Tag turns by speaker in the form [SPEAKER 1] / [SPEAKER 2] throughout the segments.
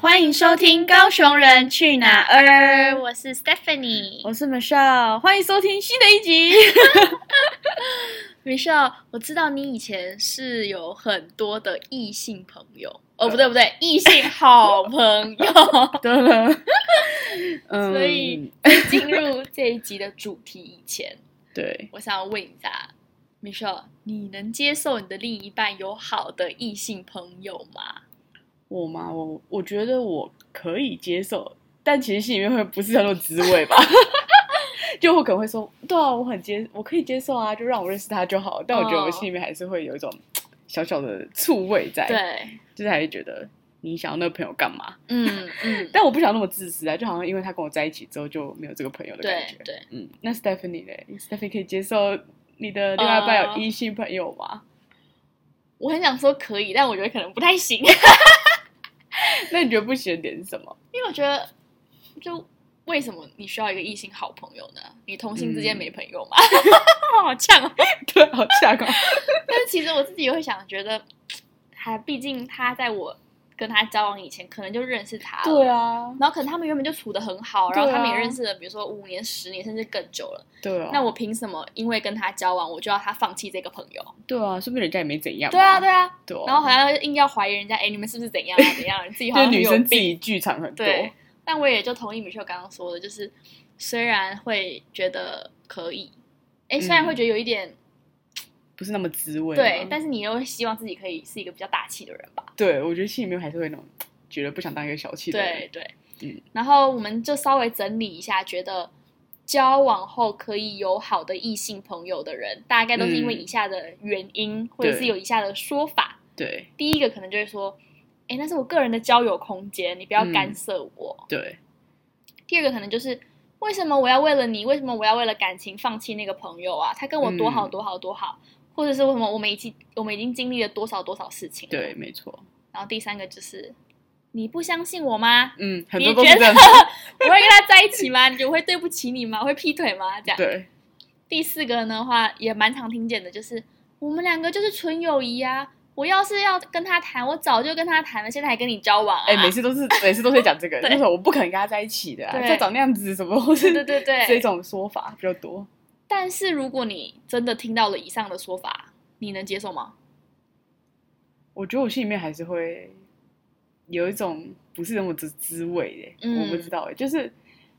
[SPEAKER 1] 欢迎收听《高雄人去哪儿》，
[SPEAKER 2] 我是 Stephanie。
[SPEAKER 1] 我是 Michelle，欢迎收听新的一集。
[SPEAKER 2] Michelle，我知道你以前是有很多的异性朋友，哦，不对不对，异性好朋友。
[SPEAKER 1] 得了， 嗯
[SPEAKER 2] 所以进入这一集的主题以前，
[SPEAKER 1] 对，
[SPEAKER 2] 我想要问一下 Michelle，你能接受你的另一半有好的异性朋友吗？
[SPEAKER 1] 我嘛，我我觉得我可以接受，但其实心里面会不是很有滋味 吧。就我可能会说，对啊，我很接，我可以接受啊，就让我认识他就好。但我觉得我心里面还是会有一种小小的醋味在，，
[SPEAKER 2] 对，
[SPEAKER 1] 就是还是觉得你想要那个朋友干嘛？
[SPEAKER 2] 嗯嗯，
[SPEAKER 1] 但我不想那么自私啊，就好像因为他跟我在一起之后就没有这个朋友的感
[SPEAKER 2] 对
[SPEAKER 1] 觉。
[SPEAKER 2] 对，
[SPEAKER 1] 嗯，那 Stephanie 嘞？Stephanie 可以接受你
[SPEAKER 2] 呃
[SPEAKER 1] 的另外一半有异性朋友吗？
[SPEAKER 2] 我很想说可以，但我觉得可能不太行，
[SPEAKER 1] 那你觉得不行的点是什么？
[SPEAKER 2] 因为我觉得就。为什么你需要一个异性好朋友呢？你同性之间
[SPEAKER 1] 嗯
[SPEAKER 2] 没朋友吗？ 好呛哦！
[SPEAKER 1] 对，好吓 哦。
[SPEAKER 2] 但是其实我自己也会想，觉得还毕竟他在我跟他交往以前，可能就认识他了。
[SPEAKER 1] 对。啊，
[SPEAKER 2] 然后可能他们原本就处的很好，然后
[SPEAKER 1] 对啊
[SPEAKER 2] 他们也认识了，比如说五年、十年，甚至更久了。
[SPEAKER 1] 对啊，
[SPEAKER 2] 那我凭什么因为跟他交往，我就要他放弃这个朋友？
[SPEAKER 1] 对啊，说明人家也没怎样嘛。
[SPEAKER 2] 对啊，对啊。
[SPEAKER 1] 对啊。
[SPEAKER 2] 然后好像硬要怀疑人家，哎，你们是不是怎样啊？怎样？你自己好
[SPEAKER 1] 就
[SPEAKER 2] 像
[SPEAKER 1] 是女
[SPEAKER 2] 很有
[SPEAKER 1] 生自
[SPEAKER 2] 病。
[SPEAKER 1] 己剧场很多，
[SPEAKER 2] 对。但我也就同意米秀刚刚说的，就是虽然会觉得可以，哎，虽然
[SPEAKER 1] 嗯啊
[SPEAKER 2] 会觉得有一点、
[SPEAKER 1] 不是那么滋味吗。
[SPEAKER 2] 对，但是你又会希望自己可以是一个比较大气的人吧。
[SPEAKER 1] 对我觉得心里面还是会那种觉得不想当一个小气的人。
[SPEAKER 2] 对对，
[SPEAKER 1] 嗯
[SPEAKER 2] 然后我们就稍微整理一下，觉得交往后可以有好的异性朋友的人，大概都是因为
[SPEAKER 1] 嗯
[SPEAKER 2] 以下的原因，或者
[SPEAKER 1] 对
[SPEAKER 2] 是有以下的说法。
[SPEAKER 1] 对
[SPEAKER 2] 第一个可能就会说，哎，那是我个人的交友空间，你不要
[SPEAKER 1] 嗯
[SPEAKER 2] 干涉我。
[SPEAKER 1] 对
[SPEAKER 2] 第二个可能就是。为什么我要为了你？为什么我要为了感情放弃那个朋友啊？他跟我多好
[SPEAKER 1] 嗯
[SPEAKER 2] 多好多好，或者是为什么我们已经我们已经经历了多少多少事情？
[SPEAKER 1] 对，。没错。
[SPEAKER 2] 然后第三个就是，你不相信我吗？
[SPEAKER 1] 嗯，很多
[SPEAKER 2] 你
[SPEAKER 1] 都
[SPEAKER 2] 觉
[SPEAKER 1] 是这
[SPEAKER 2] 得。
[SPEAKER 1] 样
[SPEAKER 2] 我会跟他在一起吗？ 你觉得我会对不起你吗？我会劈腿吗？这样。
[SPEAKER 1] 对
[SPEAKER 2] 第四个的话也蛮常听见的，就是我们两个就是纯友谊啊。我要是要跟他谈，我早就跟他谈了，现在还跟你交往啊。
[SPEAKER 1] 哎，每次都是每次都是讲这个，
[SPEAKER 2] 对
[SPEAKER 1] 那时候我不可能跟他在一起的啊，
[SPEAKER 2] 对
[SPEAKER 1] 再找那样子什么，或是
[SPEAKER 2] 对对对 对
[SPEAKER 1] 这种说法比较多。
[SPEAKER 2] 但是如果你真的听到了以上的说法，你能接受吗？
[SPEAKER 1] 我觉得我心里面还是会有一种不是那么的滋味的、
[SPEAKER 2] 嗯
[SPEAKER 1] 我不知道、欸，就是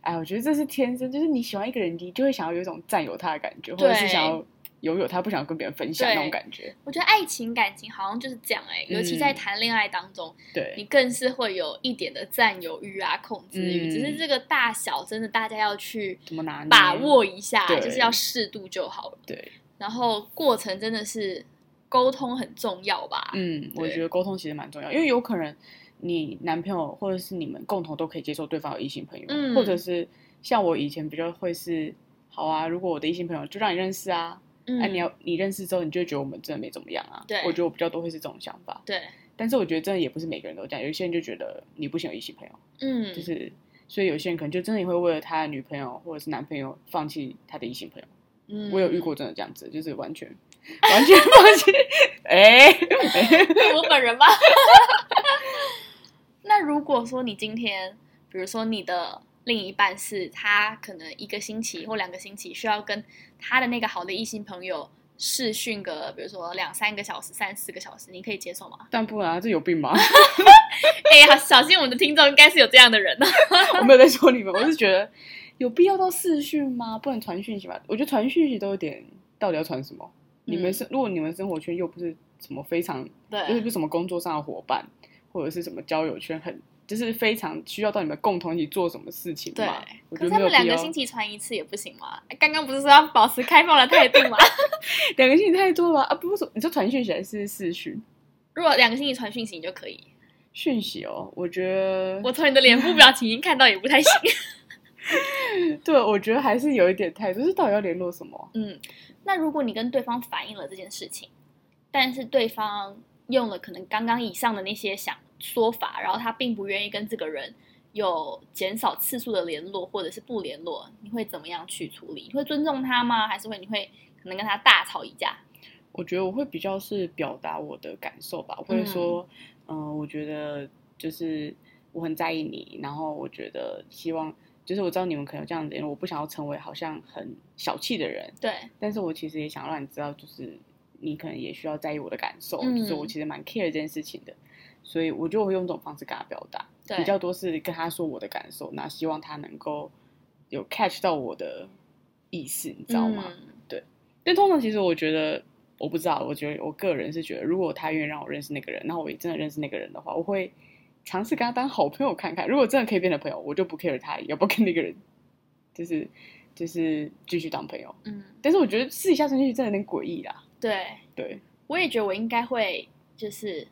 [SPEAKER 1] 哎，我觉得这是天生，就是你喜欢一个人，你就会想要有一种占有他的感觉，或者是
[SPEAKER 2] 对
[SPEAKER 1] 想要拥有他，不想要跟别人分享
[SPEAKER 2] 对
[SPEAKER 1] 那种感觉。
[SPEAKER 2] 我觉得爱情感情好像就是这样哎、
[SPEAKER 1] 嗯
[SPEAKER 2] 尤其在谈恋爱当中，你
[SPEAKER 1] 对，
[SPEAKER 2] 更是会有一点的占有欲啊、控制欲，
[SPEAKER 1] 嗯
[SPEAKER 2] 只是这个大小真的大家要去
[SPEAKER 1] 怎么拿捏
[SPEAKER 2] 把？握一下，
[SPEAKER 1] 对
[SPEAKER 2] 就是要适度就好了。
[SPEAKER 1] 对，
[SPEAKER 2] 然后过程真的是沟通很重要吧？
[SPEAKER 1] 嗯，我觉得沟通其实蛮重要，因为有可能你男朋友或者是你们共同都可以接受对方有异性朋友，
[SPEAKER 2] 嗯
[SPEAKER 1] 或者是像我以前比较会是。好啊，如果我的异性朋友就让你认识啊，
[SPEAKER 2] 嗯，
[SPEAKER 1] 哎、你要你认识之后，你就会觉得我们真的没怎么样啊。
[SPEAKER 2] 对
[SPEAKER 1] 我觉得我比较多会是这种想法。
[SPEAKER 2] 对，
[SPEAKER 1] 但是我觉得真的也不是每个人都这样，有一些人就觉得你不行有异性朋友，
[SPEAKER 2] 嗯，
[SPEAKER 1] 就是所以有些人可能就真的也会为了他的女朋友或者是男朋友放弃他的异性朋友。
[SPEAKER 2] 嗯
[SPEAKER 1] 我有遇，过真的这样子，就是完全 完全放弃， 哎、
[SPEAKER 2] 我本人吧。那如果说你今天，比如说你的另一半是他可能一个星期或两个星期需要跟他的那个好的异性朋友试训个，比如说两三个小时、三四个小时，你可以接受吗？
[SPEAKER 1] 但不然、啊、这有病吗？
[SPEAKER 2] 哎、好小心我们的听众应该是有这样的人呢。 啊
[SPEAKER 1] 我没有在说你们，我是觉得有必要到视讯吗？不能传讯息吧？我觉得传讯息都有点，到底要传什么？你
[SPEAKER 2] 嗯
[SPEAKER 1] 们生、如果你们生活圈又不是什么非常就是
[SPEAKER 2] 对
[SPEAKER 1] 不是什么工作上的伙伴，或者是什么交友圈很，就是非常需要到你们共同一起做什么事情
[SPEAKER 2] 对
[SPEAKER 1] 嘛。我觉
[SPEAKER 2] 可
[SPEAKER 1] 得
[SPEAKER 2] 是他
[SPEAKER 1] 没有
[SPEAKER 2] 们两
[SPEAKER 1] 必
[SPEAKER 2] 个
[SPEAKER 1] 要。
[SPEAKER 2] 星期传一次也不行吗？刚刚不是说要保持开放的态 度吗？
[SPEAKER 1] 两个星期太多了吧啊！不是说你说传讯息还是视讯？
[SPEAKER 2] 如果两个星期传讯息你就可以。
[SPEAKER 1] 讯息哦，我觉得
[SPEAKER 2] 我从你的脸部表情已经看到也不太行。
[SPEAKER 1] 对，我觉得还是有一点太多，就是到底要联络什么？
[SPEAKER 2] 嗯，那如果你跟对方反映了这件事情，但是对方用了可能刚刚以上的那些想说法，然后他并不愿意跟这个人有减少次数的联络或者是不联络，你会怎么样去处理？你会尊重他吗？还是会你会可能跟他大吵一架？
[SPEAKER 1] 我觉得我会比嗯较是表达我的感受吧，我会说，嗯、我觉得就是我很在意你，然后我觉得希望就是我知道你们可能有这样子，因为我不想要成为好像很小气的人，
[SPEAKER 2] 对，
[SPEAKER 1] 但是我其实也想让你知道，就是你可能也需要在意我的感受，
[SPEAKER 2] 嗯
[SPEAKER 1] 就是我其实蛮 care 这件事情的，所以我就会用这种方式跟他表达，
[SPEAKER 2] 对
[SPEAKER 1] 比较多是跟他说我的感受，那希望他能够有 catch 到我的意思，你知道吗？
[SPEAKER 2] 嗯
[SPEAKER 1] 但通常其实我觉得，我不知道，我觉得我个人是觉得，如果他愿意让我认识那个人，然后我也真的认识那个人的话，我会尝试跟他当好朋友看看。如果真的可以变成朋友，我就不 care 他要不要跟那个人，就是就是继续当朋友。
[SPEAKER 2] 嗯，
[SPEAKER 1] 但是我觉得私底下出去真的有点诡异啦。
[SPEAKER 2] 对，
[SPEAKER 1] 对，
[SPEAKER 2] 我也觉得我应该会就是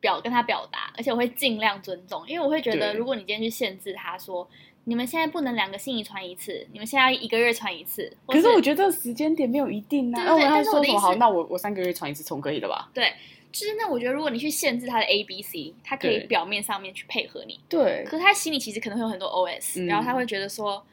[SPEAKER 2] 表跟他表达，而且我会尽量尊重，因为我会觉得，
[SPEAKER 1] 对
[SPEAKER 2] 如果你今天去限制他说，你们现在不能两个星期传一次，你们现在要一个月传一次，或
[SPEAKER 1] 可是我觉得这个时间点没有一定啊。
[SPEAKER 2] 对对
[SPEAKER 1] 那我
[SPEAKER 2] 对
[SPEAKER 1] 要
[SPEAKER 2] 但是我
[SPEAKER 1] 说
[SPEAKER 2] 的
[SPEAKER 1] 什
[SPEAKER 2] 意
[SPEAKER 1] 么
[SPEAKER 2] 思
[SPEAKER 1] 好？那我我三个月传一次总可以了吧？
[SPEAKER 2] 就是那我觉得，如果你去限制他的 A B C，他可以
[SPEAKER 1] 对
[SPEAKER 2] 表面上面去配合你，
[SPEAKER 1] 对
[SPEAKER 2] 可是他心里其实可能会有很多 O S，、
[SPEAKER 1] 嗯
[SPEAKER 2] 然后他会觉得说，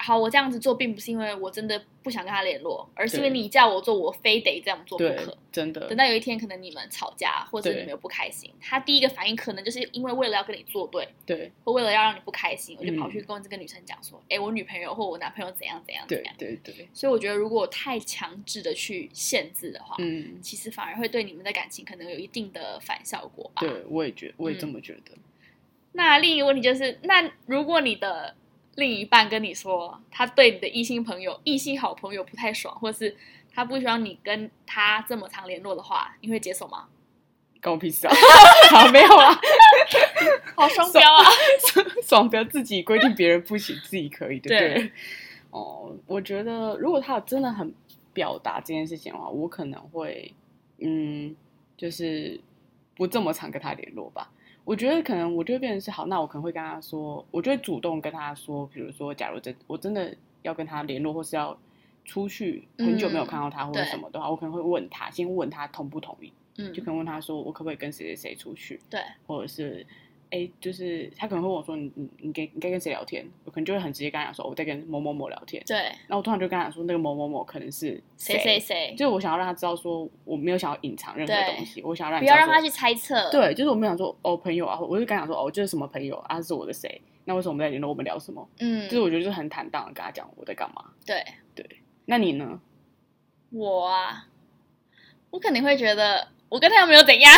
[SPEAKER 2] 好，我这样子做并不是因为我真的不想跟他联络，而是因为
[SPEAKER 1] 对
[SPEAKER 2] 你叫我做，我非得这样做不
[SPEAKER 1] 对
[SPEAKER 2] 可。，
[SPEAKER 1] 真的
[SPEAKER 2] 等到有一天可能你们吵架，或者
[SPEAKER 1] 对
[SPEAKER 2] 你们有不开心，他第一个反应可能就是因为为了要跟你作对，
[SPEAKER 1] 对
[SPEAKER 2] 或为了要让你不开心，我就跑
[SPEAKER 1] 嗯
[SPEAKER 2] 去跟这个女生讲说，哎、我女朋友或我男朋友怎样怎样怎
[SPEAKER 1] 对
[SPEAKER 2] 样。
[SPEAKER 1] 对对，
[SPEAKER 2] 所以我觉得，如果太强制的去限制的话，
[SPEAKER 1] 嗯，
[SPEAKER 2] 其实反而会对你们的感情可能有一定的反效果吧。
[SPEAKER 1] 对，我也觉我也这
[SPEAKER 2] 嗯
[SPEAKER 1] 么觉得。
[SPEAKER 2] 那另一个问题就是，那如果你的另一半跟你说，他对你的异性朋友、异性好朋友不太爽，或是他不希望你跟他这么常联络的话，你会接受吗？
[SPEAKER 1] 关我屁事啊！好，没有啊，
[SPEAKER 2] 好双标啊！
[SPEAKER 1] 爽不要自己规定别人不行，自己可以，对不对？
[SPEAKER 2] 对
[SPEAKER 1] 哦，我觉得如果他有真的很表达这件事情的话，我可能会，嗯，就是不这么常跟他联络吧。我觉得可能我就会变成是好，那我可能会跟他说，我就会主动跟他说，比如说，假如真我真的要跟他联络，或是要出去很久没有看到他、或者
[SPEAKER 2] 嗯对
[SPEAKER 1] 什么的话，我可能会问他，先问他同不同意，
[SPEAKER 2] 嗯
[SPEAKER 1] 就可能问他说，我可不可以跟谁谁谁出去？
[SPEAKER 2] 对，
[SPEAKER 1] 或者是哎、诶就是他可能会问我说你你你跟你该跟谁聊天，我可能就会很直接跟他讲说、哦我在跟某某某聊天，
[SPEAKER 2] 对，
[SPEAKER 1] 然后我通常就跟他讲说那个某某某可能是
[SPEAKER 2] 谁谁
[SPEAKER 1] 谁，
[SPEAKER 2] 谁，
[SPEAKER 1] 就是我想要让他知道说我没有想要隐藏任何
[SPEAKER 2] 对
[SPEAKER 1] 东西，我想要让
[SPEAKER 2] 不
[SPEAKER 1] 你
[SPEAKER 2] 要
[SPEAKER 1] 知道
[SPEAKER 2] 让他
[SPEAKER 1] 说
[SPEAKER 2] 去猜测。，
[SPEAKER 1] 对，就是我没有想说哦朋友啊，我就跟他讲说哦就是什么朋友啊是我的谁，那为什么我们在联络，我们聊什么？
[SPEAKER 2] 嗯，
[SPEAKER 1] 就是我觉得就是很坦荡的跟他讲我在干嘛。
[SPEAKER 2] 对
[SPEAKER 1] 那你呢？
[SPEAKER 2] 我啊，我肯定会觉得我跟他又没有怎 样，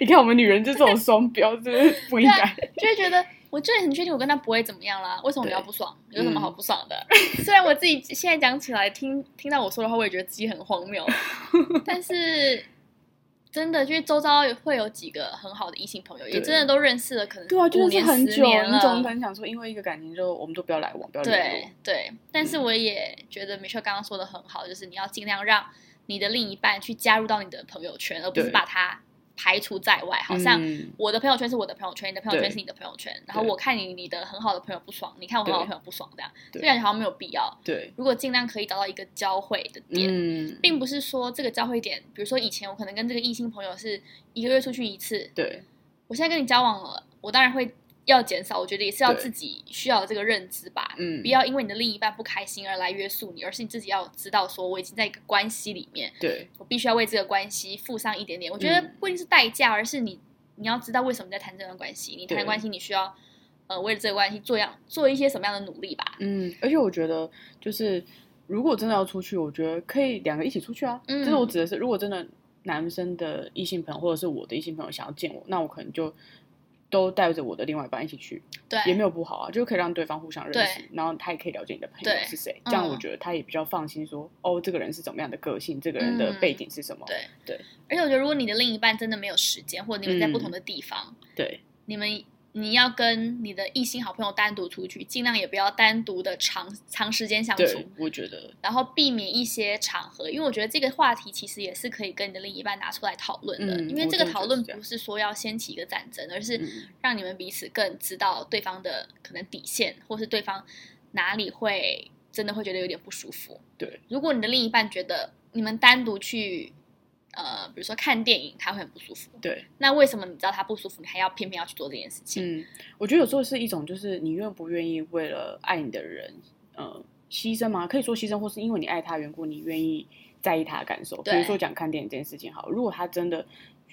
[SPEAKER 1] 你看我们女人就这种双标，就是不
[SPEAKER 2] 啊
[SPEAKER 1] 应该。
[SPEAKER 2] 就会觉得我就很确定我跟他不会怎么样啦，为什么你
[SPEAKER 1] 对嗯
[SPEAKER 2] 要不爽？有什么好不爽的？ 虽然我自己现在讲起来，听听到我说的话，我也觉得自己很 荒谬，但是真的就是周遭会有几个很好的异性朋友，也
[SPEAKER 1] 对
[SPEAKER 2] 真的都认识了，可能
[SPEAKER 1] 对啊，就
[SPEAKER 2] 五
[SPEAKER 1] 是
[SPEAKER 2] 年
[SPEAKER 1] 很
[SPEAKER 2] 十
[SPEAKER 1] 久，
[SPEAKER 2] 年
[SPEAKER 1] 你总
[SPEAKER 2] 了
[SPEAKER 1] 不能想说因为一个感情就我们都不要来往，不要联络
[SPEAKER 2] 对。对，但是
[SPEAKER 1] 嗯
[SPEAKER 2] 我也觉得 Michelle 刚刚说的很好，就是你要尽量让你的另一半去加入到你的朋友圈，而不是
[SPEAKER 1] 对
[SPEAKER 2] 把他排除在外，好像。
[SPEAKER 1] 嗯
[SPEAKER 2] 我的朋友圈是我的朋友圈，你的朋友圈
[SPEAKER 1] 对
[SPEAKER 2] 是你的朋友圈，然后我看你你的很好的朋友不爽，你看我很好的朋友不爽，这样
[SPEAKER 1] 对
[SPEAKER 2] 就感觉好像没有必要。
[SPEAKER 1] 对，
[SPEAKER 2] 如果尽量可以找到一个交汇的点，
[SPEAKER 1] 嗯，
[SPEAKER 2] 并不是说这个交汇点，比如说以前我可能跟这个异性朋友是一个月出去一次，
[SPEAKER 1] 对
[SPEAKER 2] 我现在跟你交往了，我当然会要减少，我觉得也是要
[SPEAKER 1] 对
[SPEAKER 2] 自己需要有这个认知吧，
[SPEAKER 1] 嗯
[SPEAKER 2] 不要因为你的另一半不开心而来约束你，而是你自己要知道说我已经在一个关系里面，
[SPEAKER 1] 对
[SPEAKER 2] 我必须要为这个关系付上一点点。我觉得
[SPEAKER 1] 嗯
[SPEAKER 2] 不一定是代价，而是你你要知道为什么你在谈这段关系。你谈
[SPEAKER 1] 对
[SPEAKER 2] 关系，你需要呃为了这个关系做样做一些什么样的努力吧？
[SPEAKER 1] 嗯，而且我觉得就是如果真的要出去，我觉得可以两个一起出去啊。
[SPEAKER 2] 嗯
[SPEAKER 1] 就是我指的是，如果真的男生的异性朋友或者是我的异性朋友想要见我，那我可能就都带着我的另外一半一起去，
[SPEAKER 2] 对，
[SPEAKER 1] 也没有不好啊，就可以让对方互相认识
[SPEAKER 2] 对，
[SPEAKER 1] 然后他也可以了解你的朋友
[SPEAKER 2] 对
[SPEAKER 1] 是谁，
[SPEAKER 2] 嗯
[SPEAKER 1] 这样我觉得他也比较放心说，哦，这个人是怎么样的个性，这个人的
[SPEAKER 2] 嗯
[SPEAKER 1] 背景是什么，
[SPEAKER 2] 对
[SPEAKER 1] 对
[SPEAKER 2] 而且我觉得，如果你的另一半真的没有时间，或者你们在
[SPEAKER 1] 嗯
[SPEAKER 2] 不同的地方，
[SPEAKER 1] 对
[SPEAKER 2] 你们你要跟你的异性好朋友单独出去，尽量也不要单独的长长时间相
[SPEAKER 1] 对
[SPEAKER 2] 处。，
[SPEAKER 1] 我觉得
[SPEAKER 2] 然后避免一些场合，因为我觉得这个话题其实也是可以跟你的另一半拿出来讨论的，
[SPEAKER 1] 嗯
[SPEAKER 2] 因为
[SPEAKER 1] 我
[SPEAKER 2] 这个
[SPEAKER 1] 真的觉
[SPEAKER 2] 讨
[SPEAKER 1] 得
[SPEAKER 2] 论
[SPEAKER 1] 是这样
[SPEAKER 2] 不是说要掀起一个战争，而是
[SPEAKER 1] 嗯
[SPEAKER 2] 让你们彼此更知道对方的可能底线，或是对方哪里会真的会觉得有点不舒服。
[SPEAKER 1] 对，
[SPEAKER 2] 如果你的另一半觉得你们单独去，呃，比如说看电影，他会很不舒服，
[SPEAKER 1] 对。
[SPEAKER 2] 那为什么你知道他不舒服，你还要偏偏要去做这件事情？
[SPEAKER 1] 嗯，我觉得有时候是一种，就是你愿不愿意为了爱你的人，呃，牺牲吗？可以说牺牲，或是因为你爱他的缘故，你愿意在意他的感受。比
[SPEAKER 2] 对
[SPEAKER 1] 如说讲看电影这件事情，好，如果他真的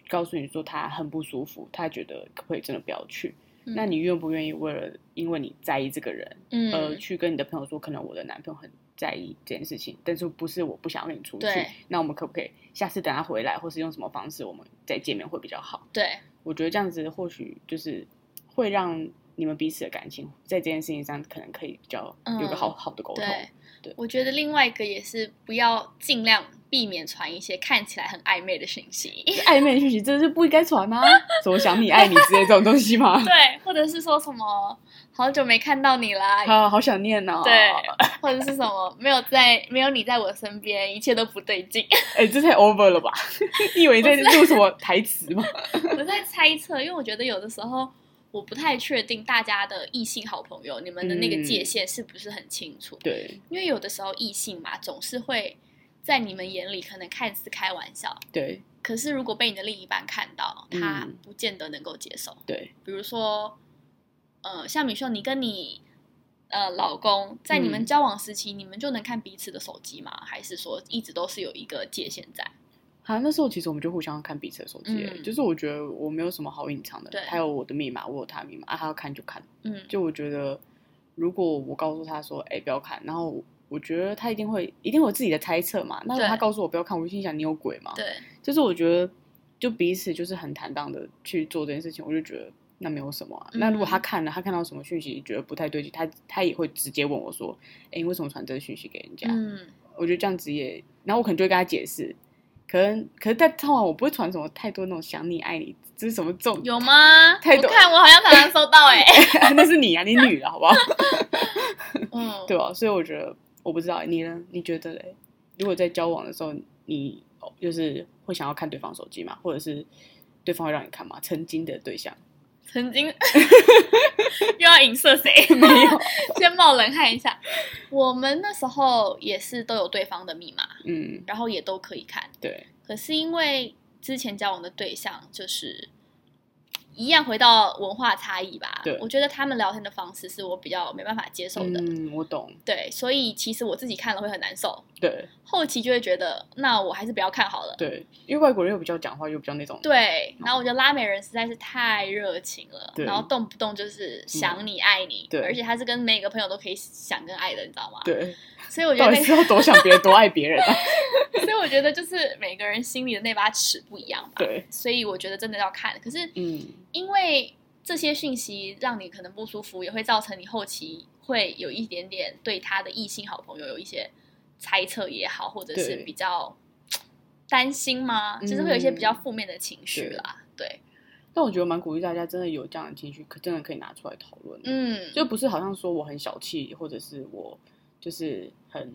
[SPEAKER 1] 告诉你说他很不舒服，他觉得可不可以真的不要去？
[SPEAKER 2] 嗯
[SPEAKER 1] 那你愿不愿意为了因为你在意这个人，
[SPEAKER 2] 嗯
[SPEAKER 1] 而去跟你的朋友说，可能我的男朋友很在意这件事情，但是不是我不想跟你出去
[SPEAKER 2] 对？
[SPEAKER 1] 那我们可不可以下次等他回来，或是用什么方式我们再见面会比较好？
[SPEAKER 2] 对
[SPEAKER 1] 我觉得这样子或许就是会让你们彼此的感情在这件事情上可能可以比较有个好、
[SPEAKER 2] 嗯
[SPEAKER 1] 好的沟通。
[SPEAKER 2] 对
[SPEAKER 1] 对
[SPEAKER 2] 我觉得另外一个也是不要尽量避免传一些看起来很暧昧的讯息，
[SPEAKER 1] 就是暧昧的讯息真的是不应该传啊，什么想你、爱你之类这种东西 吗？
[SPEAKER 2] 对，或者是说什么好久没看到你啦，
[SPEAKER 1] 好好想念哦。
[SPEAKER 2] 对，或者是什么没有在没有你在我身边，一切都不对 劲。
[SPEAKER 1] 哎、这太 over 了吧？ 你以为你在录什么台词 吗？
[SPEAKER 2] 我在猜测，因为我觉得有的时候我不太确定大家的异性好朋友，你们的那个界限是不是很清楚？
[SPEAKER 1] 对
[SPEAKER 2] 因为有的时候异性嘛，总是会在你们眼里可能看似开玩笑，
[SPEAKER 1] 对
[SPEAKER 2] 可是如果被你的另一半看到，他
[SPEAKER 1] 嗯
[SPEAKER 2] 不见得能够接受。
[SPEAKER 1] 对，
[SPEAKER 2] 比如说，呃，像米秀，你跟你呃老公在你们
[SPEAKER 1] 嗯
[SPEAKER 2] 交往时期，你们就能看彼此的手机吗？还是说一直都是有一个界限在？
[SPEAKER 1] 啊，那时候其实我们就互相看彼此的手机、哎
[SPEAKER 2] 嗯
[SPEAKER 1] 就是我觉得我没有什么好隐藏
[SPEAKER 2] 对
[SPEAKER 1] 的，他有我的密码，我有他的密码，啊，他要看就看。
[SPEAKER 2] 嗯，
[SPEAKER 1] 就我觉得，如果我告诉他说，哎、不要看，然后我我觉得他一定会一定会有自己的猜测嘛。那如果
[SPEAKER 2] 对
[SPEAKER 1] 他告诉我不要看，我就心想你有鬼吗？
[SPEAKER 2] 对，
[SPEAKER 1] 就是我觉得，就彼此就是很坦荡的去做这件事情，我就觉得那没有什么、啊。
[SPEAKER 2] 嗯
[SPEAKER 1] 那如果他看了，他看到什么讯息觉得不太对劲，他他也会直接问我说：“哎、你为什么传这个讯息给人家？”
[SPEAKER 2] 嗯，
[SPEAKER 1] 我觉得这样子也，然后我可能就会跟他解释。可能可是，但通常我不会传什么太多那种想你、爱你，这是什么这种？
[SPEAKER 2] 有吗？
[SPEAKER 1] 太
[SPEAKER 2] 我
[SPEAKER 1] 多
[SPEAKER 2] 看我好像常常收到哎、
[SPEAKER 1] 那是你啊，你女了，好不好？
[SPEAKER 2] 嗯，
[SPEAKER 1] 对吧？所以我觉得，我不知道你呢？你觉得嘞？如果在交往的时候，你哦就是会想要看对方手机吗？或者是对方会让你看吗？曾经的对象。
[SPEAKER 2] 曾经又要影射 谁？
[SPEAKER 1] 没有，
[SPEAKER 2] 先冒冷汗一下。我们那时候也是都有对方的密码，
[SPEAKER 1] 嗯，
[SPEAKER 2] 然后也都可以看。
[SPEAKER 1] 对，
[SPEAKER 2] 可是因为之前交往的对象就是一样，回到文化差异吧。
[SPEAKER 1] 对
[SPEAKER 2] 我觉得他们聊天的方式是我比较没办法接受的。
[SPEAKER 1] 嗯，我懂，
[SPEAKER 2] 对，所以其实我自己看了会很难受，
[SPEAKER 1] 对
[SPEAKER 2] 后期就会觉得那我还是不要看好了。
[SPEAKER 1] 对，因为外国人又比较讲话，又比较那种，
[SPEAKER 2] 对，然后我觉得拉美人实在是太热情了，
[SPEAKER 1] 对
[SPEAKER 2] 然后动不动就是想你、爱你，
[SPEAKER 1] 对
[SPEAKER 2] 而且他是跟每个朋友都可以想跟爱的，你知道吗？，
[SPEAKER 1] 对，
[SPEAKER 2] 所以我觉
[SPEAKER 1] 到
[SPEAKER 2] 得
[SPEAKER 1] 底
[SPEAKER 2] 那
[SPEAKER 1] 是
[SPEAKER 2] 个，
[SPEAKER 1] 要多想别人，多爱别人啊？
[SPEAKER 2] 所以我觉得就是每个人心里的那把尺不一样吧。
[SPEAKER 1] 对，
[SPEAKER 2] 所以我觉得真的要看，可是
[SPEAKER 1] 嗯，
[SPEAKER 2] 因为这些讯息让你可能不舒服，也会造成你后期会有一点点对他的异性好朋友有一些猜测也好，或者是
[SPEAKER 1] 对
[SPEAKER 2] 比较担心吗？就是会有一些比较
[SPEAKER 1] 嗯
[SPEAKER 2] 负面的情绪
[SPEAKER 1] 对
[SPEAKER 2] 啦。对，
[SPEAKER 1] 但我觉得蛮鼓励大家，真的有这样的情绪，可真的可以拿出来讨论，，
[SPEAKER 2] 嗯，
[SPEAKER 1] 就不是好像说我很小气，或者是我就是很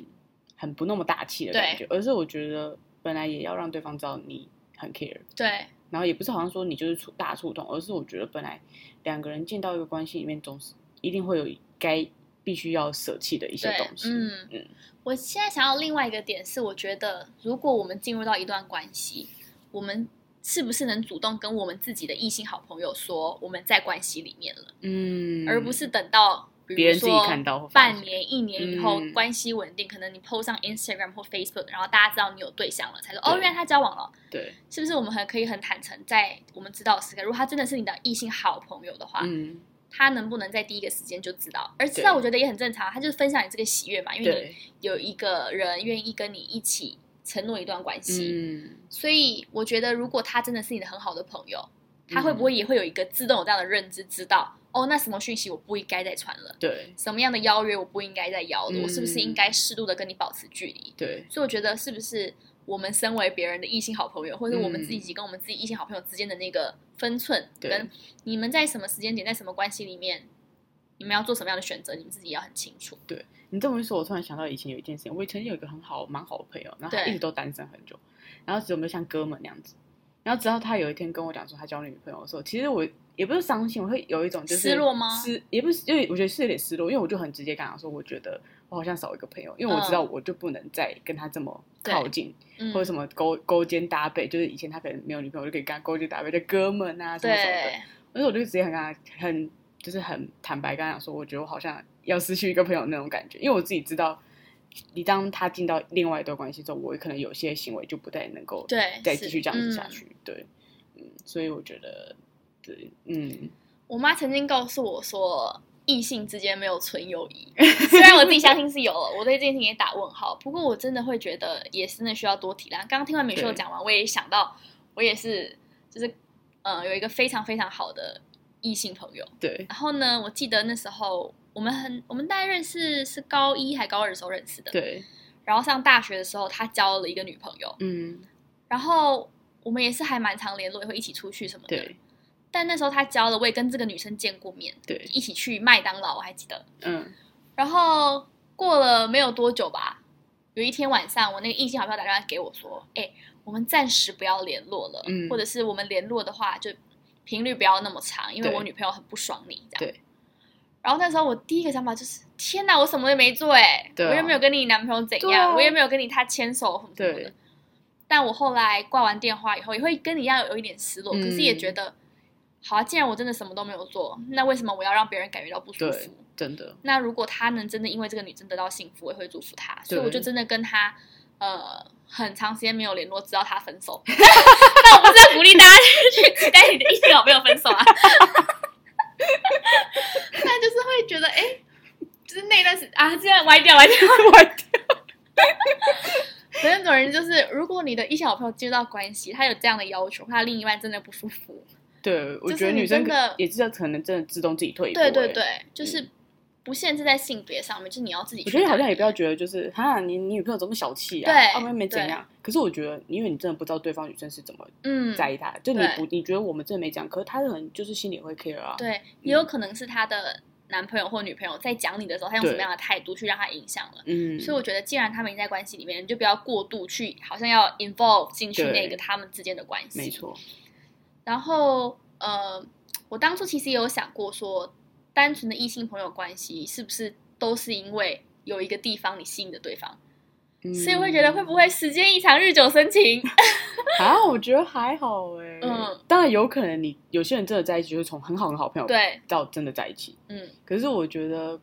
[SPEAKER 1] 很不那么大气的感觉，而是我觉得本来也要让对方知道你很 care。
[SPEAKER 2] 对。
[SPEAKER 1] 然后也不是好像说你就是触大触痛，而是我觉得本来两个人进到一个关系里面，总是一定会有该必须要舍弃的一些
[SPEAKER 2] 对，
[SPEAKER 1] 东西。
[SPEAKER 2] 嗯
[SPEAKER 1] 嗯
[SPEAKER 2] 我现在想要另外一个点是，我觉得如果我们进入到一段关系，我们是不是能主动跟我们自己的异性好朋友说我们在关系里面了，
[SPEAKER 1] 嗯，
[SPEAKER 2] 而不是等到。比如
[SPEAKER 1] 别人自己
[SPEAKER 2] 说
[SPEAKER 1] 看到或发现
[SPEAKER 2] 半年、一年以后，
[SPEAKER 1] 嗯
[SPEAKER 2] 关系稳定，可能你 PO 上 Instagram 或 Facebook，然后大家知道你有对象了，才说哦，
[SPEAKER 1] 对
[SPEAKER 2] 原来他交往了，
[SPEAKER 1] 对，
[SPEAKER 2] 是不是？我们很可以很坦诚，在我们知道的时刻，如果他真的是你的异性好朋友的话，
[SPEAKER 1] 嗯，
[SPEAKER 2] 他能不能在第一个时间就知道？而知道，
[SPEAKER 1] 对
[SPEAKER 2] 我觉得也很正常，他就是分享你这个喜悦嘛，因为你
[SPEAKER 1] 对，
[SPEAKER 2] 有一个人愿意跟你一起承诺一段关系。
[SPEAKER 1] 嗯，
[SPEAKER 2] 所以我觉得，如果他真的是你的很好的朋友，他会
[SPEAKER 1] 嗯
[SPEAKER 2] 不会也会有一个自动有这样的认知，知道哦，那什么讯息我不应该再传了，
[SPEAKER 1] 对
[SPEAKER 2] 什么样的邀约我不应该再邀了，
[SPEAKER 1] 嗯
[SPEAKER 2] 我是不是应该适度的跟你保持距离？
[SPEAKER 1] 对
[SPEAKER 2] 所以我觉得，是不是我们身为别人的异性好朋友，或者我们
[SPEAKER 1] 嗯
[SPEAKER 2] 自己跟我们自己异性好朋友之间的那个分寸，
[SPEAKER 1] 对
[SPEAKER 2] 跟你们在什么时间点，在什么关系里面，你们要做什么样的选择，你们自己也要很清楚。
[SPEAKER 1] 你这么一说，我突然想到以前有一件事情，我以前有一个很好蛮好的朋友，然后他
[SPEAKER 2] 对
[SPEAKER 1] 一直都单身很久，然后只有没有像哥们那样子。然后直到他有一天跟我讲说他交女朋友的时候，其实我也不是伤心，我会有一种就是
[SPEAKER 2] 失落吗
[SPEAKER 1] 失也不是，因为我觉得是有点失落，因为我就很直接跟他说，我觉得我好像少一个朋友，因为我知道我就不能再跟他这么靠近，
[SPEAKER 2] 嗯，
[SPEAKER 1] 或者什么勾勾肩搭背，就是以前他可能没有女朋友，我就可以跟他勾肩搭背，就哥们啊什么什么的。
[SPEAKER 2] 对，
[SPEAKER 1] 所以我就直接很跟他很就是很坦白跟他讲说，我觉得我好像要失去一个朋友那种感觉，因为我自己知道，你当他进到另外一段关系之后，我可能有些行为就不太能够
[SPEAKER 2] 对，
[SPEAKER 1] 再
[SPEAKER 2] 是嗯
[SPEAKER 1] 继续这样子下。去。对，嗯，所以我觉得，对，嗯，
[SPEAKER 2] 我妈曾经告诉我说，异性之间没有纯友谊，虽然我自己相信是有了，我对这件事情也打问号。不过我真的会觉得，也真的需要多体谅。刚刚听完美秀
[SPEAKER 1] 对
[SPEAKER 2] 讲完，我也想到，我也是，就是呃，有一个非常非常好的异性朋友。
[SPEAKER 1] 对，
[SPEAKER 2] 然后呢，我记得那时候我们很，我们大概认识是高一还高二的时候认识的。。
[SPEAKER 1] 对，
[SPEAKER 2] 然后上大学的时候，他交了一个女朋友，
[SPEAKER 1] 嗯，
[SPEAKER 2] 然后我们也是还蛮常联络，也会一起出去什么的。
[SPEAKER 1] 对，
[SPEAKER 2] 但那时候他交了，我也跟这个女生见过面，
[SPEAKER 1] 对，
[SPEAKER 2] 一起去麦当劳，我还记得。
[SPEAKER 1] 嗯，
[SPEAKER 2] 然后过了没有多久吧，有一天晚上，我那个异性好朋友打电话给我说：“哎、我们暂时不要联络了，
[SPEAKER 1] 嗯
[SPEAKER 2] 或者是我们联络的话，就频率不要那么长，因为
[SPEAKER 1] 对
[SPEAKER 2] 我女朋友很不爽你这样。”
[SPEAKER 1] 对。
[SPEAKER 2] 然后那时候我第一个想法就是：天哪，我什么也没做哎、
[SPEAKER 1] 对啊
[SPEAKER 2] 我又没有跟你男朋友怎
[SPEAKER 1] 对
[SPEAKER 2] 样，
[SPEAKER 1] 啊
[SPEAKER 2] 我也没有跟你他牵手什么什么的
[SPEAKER 1] 对。
[SPEAKER 2] 但我后来挂完电话以后，也会跟你一样有一点失落，
[SPEAKER 1] 嗯
[SPEAKER 2] 可是也觉得，好啊，既然我真的什么都没有做，那为什么我要让别人感觉到不舒
[SPEAKER 1] 对
[SPEAKER 2] 服？
[SPEAKER 1] 真的，
[SPEAKER 2] 那如果他能真的因为这个女生得到幸福，我也会祝福他。所以我就真的跟他呃很长时间没有联络，直到他分手。 那我不是在鼓励大家去期待你的异性好朋友分手啊， 那就是会觉得哎、诶就是那段时啊，这样歪掉歪掉。 反正总而言之就是，如果你的异性好朋友进入到关系，他有这样的要求，他另一半真的不舒服，
[SPEAKER 1] 对，我
[SPEAKER 2] 就是
[SPEAKER 1] 觉得
[SPEAKER 2] 你
[SPEAKER 1] 女生
[SPEAKER 2] 真
[SPEAKER 1] 可
[SPEAKER 2] 的
[SPEAKER 1] 也知道可能真的自动自己退一步、
[SPEAKER 2] 对对
[SPEAKER 1] 欸
[SPEAKER 2] 对，就是不限制在性别上面，就是你要自己
[SPEAKER 1] 我
[SPEAKER 2] 去
[SPEAKER 1] 觉
[SPEAKER 2] 拿捏。
[SPEAKER 1] 得好像也不要觉得就是哈，你你女朋友怎么小气啊？
[SPEAKER 2] 对
[SPEAKER 1] 啊，没没怎
[SPEAKER 2] 对
[SPEAKER 1] 样。可是我觉得，因为你真的不知道对方女生是怎么
[SPEAKER 2] 嗯
[SPEAKER 1] 在意他的，就你
[SPEAKER 2] 对
[SPEAKER 1] 不你觉得我们真的没讲，可是他可能就是心里会 care 啊。
[SPEAKER 2] 对，也有可能是他的男朋友或女朋友在讲你的时候，他用
[SPEAKER 1] 对
[SPEAKER 2] 什么样的态度去让他影响了。
[SPEAKER 1] 嗯，
[SPEAKER 2] 所以我觉得，既然他们已经在关系里面，你就不要过度去，好像要 involve 进去
[SPEAKER 1] 对
[SPEAKER 2] 那个他们之间的关系。
[SPEAKER 1] 没。错，
[SPEAKER 2] 然后，呃，我当初其实也有想过说，单纯的异性朋友关系是不是都是因为有一个地方你吸引着对方，
[SPEAKER 1] 嗯
[SPEAKER 2] 所以会觉得会不会时间一长日久 生情？
[SPEAKER 1] 啊，我觉得还好哎、
[SPEAKER 2] 嗯，
[SPEAKER 1] 当然有可能你有些人真的在一起，就是从很好很好朋友
[SPEAKER 2] 对，
[SPEAKER 1] 到真的在一起。
[SPEAKER 2] 嗯，
[SPEAKER 1] 可是我觉得不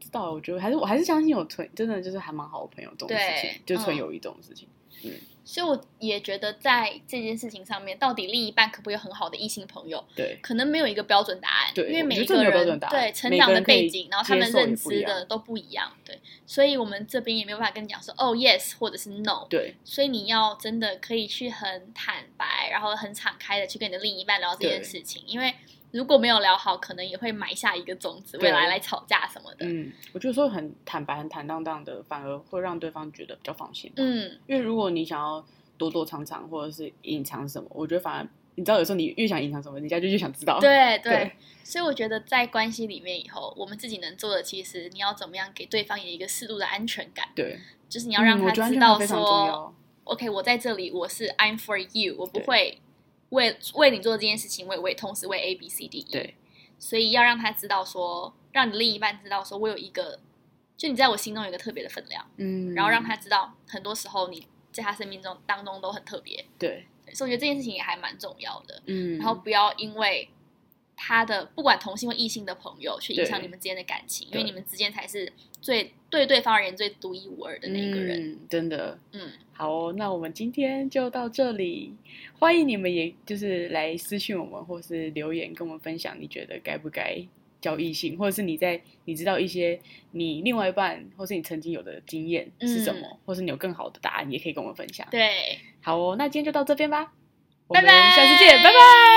[SPEAKER 1] 知道，我觉得还是我还是相信有纯真的就是还蛮好的朋友这种事情
[SPEAKER 2] 对，
[SPEAKER 1] 就纯
[SPEAKER 2] 嗯
[SPEAKER 1] 友谊这种事情。
[SPEAKER 2] 所以我也觉得在这件事情上面，到底另一半可不可以有很好的异性朋友，
[SPEAKER 1] 对
[SPEAKER 2] 可能没有一个标准答案，
[SPEAKER 1] 对
[SPEAKER 2] 因为每一
[SPEAKER 1] 我
[SPEAKER 2] 个
[SPEAKER 1] 觉得真的没有标
[SPEAKER 2] 人
[SPEAKER 1] 准答案
[SPEAKER 2] 对成
[SPEAKER 1] 每
[SPEAKER 2] 长
[SPEAKER 1] 个
[SPEAKER 2] 的
[SPEAKER 1] 人可以
[SPEAKER 2] 背景，然后他们
[SPEAKER 1] 接受也
[SPEAKER 2] 认
[SPEAKER 1] 不
[SPEAKER 2] 知
[SPEAKER 1] 一样
[SPEAKER 2] 的都不一样，对，所以我们这边也没有办法跟你讲说哦 yes 或者是 no，
[SPEAKER 1] 对
[SPEAKER 2] 所以你要真的可以去很坦白，然后很敞开的去跟你的另一半聊这件
[SPEAKER 1] 对
[SPEAKER 2] 事情，因为如果没有聊好，可能也会埋下一个种子，未
[SPEAKER 1] 对
[SPEAKER 2] 来来吵架什么的，
[SPEAKER 1] 嗯，我觉得说很坦白、很坦荡荡的，反而会让对方觉得比较放心。，
[SPEAKER 2] 嗯，
[SPEAKER 1] 因为如果你想要躲躲藏藏或者是隐藏什么，我觉得反而你知道，有时候你越想隐藏什么，人家就越想知道。
[SPEAKER 2] 对对。
[SPEAKER 1] 哦对
[SPEAKER 2] 所以我觉得，在关系里面以后，我们自己能做的，其实你要怎么样给对方有一个适度的安全感，
[SPEAKER 1] 对，
[SPEAKER 2] 就是你要让
[SPEAKER 1] 嗯
[SPEAKER 2] 他
[SPEAKER 1] 我觉得安
[SPEAKER 2] 知
[SPEAKER 1] 全
[SPEAKER 2] 道
[SPEAKER 1] 感非常重
[SPEAKER 2] 说，
[SPEAKER 1] 要。
[SPEAKER 2] OK，我在这里，我是 I'm for you，我不
[SPEAKER 1] 对
[SPEAKER 2] 会为为你做这件事情，我也为同时为 A B C D E。
[SPEAKER 1] 对，
[SPEAKER 2] 所以要让他知道说，让你另一半知道说我有一个，就你在我心中有一个特别的分量，
[SPEAKER 1] 嗯，
[SPEAKER 2] 然后让他知道，很多时候你在他生命中当中都很特别。
[SPEAKER 1] 对，
[SPEAKER 2] 对所以我觉得这件事情也还蛮重要的。
[SPEAKER 1] 嗯，
[SPEAKER 2] 然后不要因为他的不管同性或异性的朋友去影响
[SPEAKER 1] 对
[SPEAKER 2] 你们之间的感情，因为
[SPEAKER 1] 对
[SPEAKER 2] 你们之间才是最对对方而言最独一无二的那一个人。
[SPEAKER 1] 嗯，真的。
[SPEAKER 2] 嗯
[SPEAKER 1] 好哦，那我们今天就到这里。欢迎你们，也就是来私信我们，或是留言跟我们分享，你觉得该不该交异性，或者是你在你知道一些你另外一半，或是你曾经有的经验是
[SPEAKER 2] 嗯
[SPEAKER 1] 什么，或是你有更好的答案，也可以跟我们分享。
[SPEAKER 2] 对，
[SPEAKER 1] 好哦，那今天就到这边吧，我
[SPEAKER 2] 拜
[SPEAKER 1] 们
[SPEAKER 2] 拜，
[SPEAKER 1] 下次见，拜拜。